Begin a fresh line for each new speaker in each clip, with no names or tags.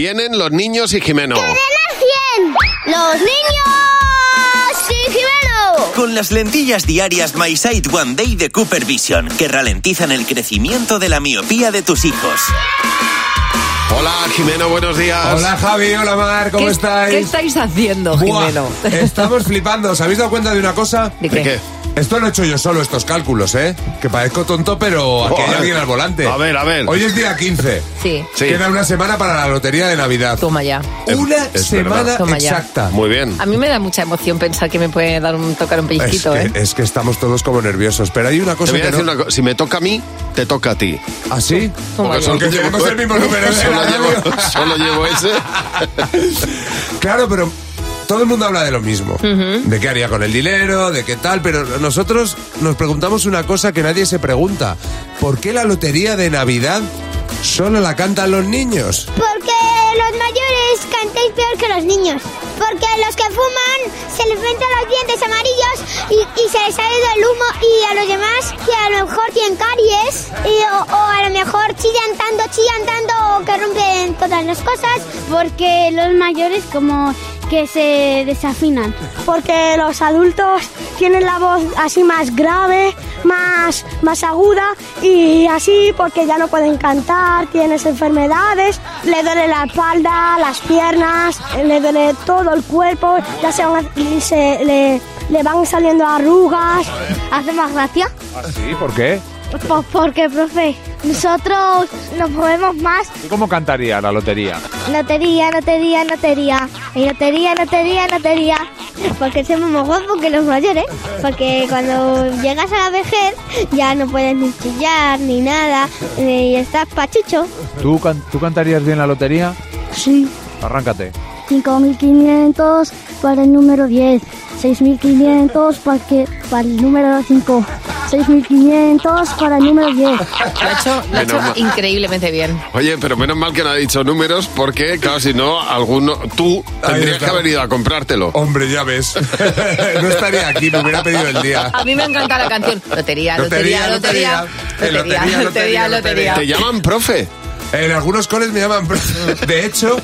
Vienen los niños y Jimeno.
¡Los niños! ¡Sí, Jimeno!
Con las lentillas diarias My Sight One Day de Cooper Vision, que ralentizan el crecimiento de la miopía de tus hijos.
Hola Jimeno, buenos días.
Hola Javi, hola Mar, ¿cómo
¿Qué,
estáis?
qué estáis haciendo,
Buah,
Jimeno?
Estamos flipando, ¿os habéis dado cuenta de una cosa?
¿De
¿De
qué?
qué?
Esto lo he hecho yo solo, estos cálculos, ¿eh? Que parezco tonto, pero aquí hay
Joder.
alguien al volante.
A ver, a ver.
Hoy es día 15.
Sí.
Sí.
Queda una semana para la lotería de Navidad.
Toma ya.
Es-
Una
es
semana
verdad.
Toma ya.
exacta.
Muy bien.
A mí me da mucha emoción pensar que me puede dar un tocar un
Es
pellizquito,
que,
¿eh?
es que estamos todos como nerviosos, pero hay una
Te
cosa
voy a
que
decir
no...
una cosa. Si me toca a mí, te toca a ti.
¿Ah, sí?
Toma ya.
solo
Porque
llevo-
tenemos el mismo número de
Solo
la
llevo,
radio.
solo llevo ese.
Claro, pero todo el mundo habla de lo mismo. De qué haría con el dinero, de qué tal, pero nosotros nos preguntamos una cosa que nadie se pregunta. ¿Por qué la lotería de Navidad solo la cantan los niños?
Porque los mayores cantáis peor que los niños. Porque los que fuman se les rentan los dientes amarillos y, y se les sale del humo y a los demás que a lo mejor tienen caries y, o, o a lo mejor chillan tanto, chillan tanto o que rompen todas las cosas.
Porque los mayores como que se desafinan.
porque los adultos tienen la voz así más grave, más, más aguda y así porque ya no pueden cantar, tienes enfermedades, le duele la espalda, las piernas, le duele todo el cuerpo, ya se, van a- se- le, le van saliendo arrugas.
¿Hace más gracia?
¿Ah, ¿Sí? ¿Por qué?
Pues porque, profe, nosotros nos movemos más.
¿Cómo cantaría la lotería?
Lotería, lotería, lotería. Y lotería, lotería, lotería. Porque somos más guapos que los mayores. Porque cuando llegas a la vejez ya no puedes ni chillar ni nada. Eh, Y estás pachucho.
¿Tú, can- ¿Tú cantarías bien la lotería?
Sí,
Arráncate.
5.500 para el número 10, 6.500 para, que, para el número 5, 6.500 para el número 10.
Lo ha hecho, lo ha hecho
Menos mal.
increíblemente bien.
Oye, pero menos mal que no ha dicho números porque, claro, si no, alguno, tú
Ahí
tendrías
está. Oh.
que haber ido a comprártelo.
Hombre, ya ves. no estaría aquí, me hubiera pedido el día.
A mí me encanta la canción. Lotería, lotería,
Lotería,
lotería.
lotería. Lotería, lotería, lotería.
Te llaman profe.
En algunos coles me llaman. pro- De hecho,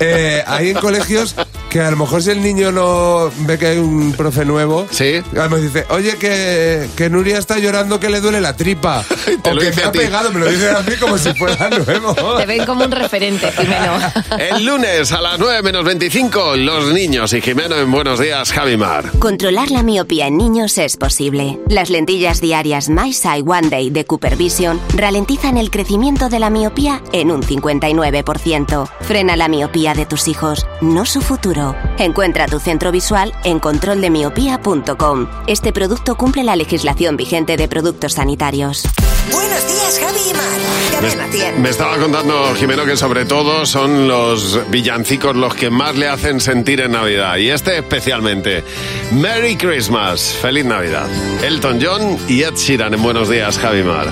eh, hay en colegios que a lo mejor si el niño no ve que hay un profe nuevo,
Sí.
a lo mejor dice, oye, que, que Nuria está llorando que le duele la tripa.
Y te
o
lo
que
dice
me
a
ha
ti.
pegado, me lo dicen a mí como si fuera nuevo.
Te ven como un referente, Jimeno.
El lunes a las 9 menos 25, los niños y Jimeno en Buenos Días, Javimar.
Controlar la miopía en niños es posible. Las lentillas diarias My Sight One Day de Cooper Vision ralentizan el crecimiento de la miopía en un 59%. Frena la miopía de tus hijos, no su futuro. Encuentra tu centro visual en controldemiopía.com. Este producto cumple la legislación vigente de productos sanitarios.
Buenos días, Javi y Mar. Cadena 100.
Me estaba contando Jimeno que sobre todo son los villancicos los que más le hacen sentir en Navidad y este especialmente. Merry Christmas, feliz Navidad. Elton John y Ed Sheeran en Buenos Días, Javimar.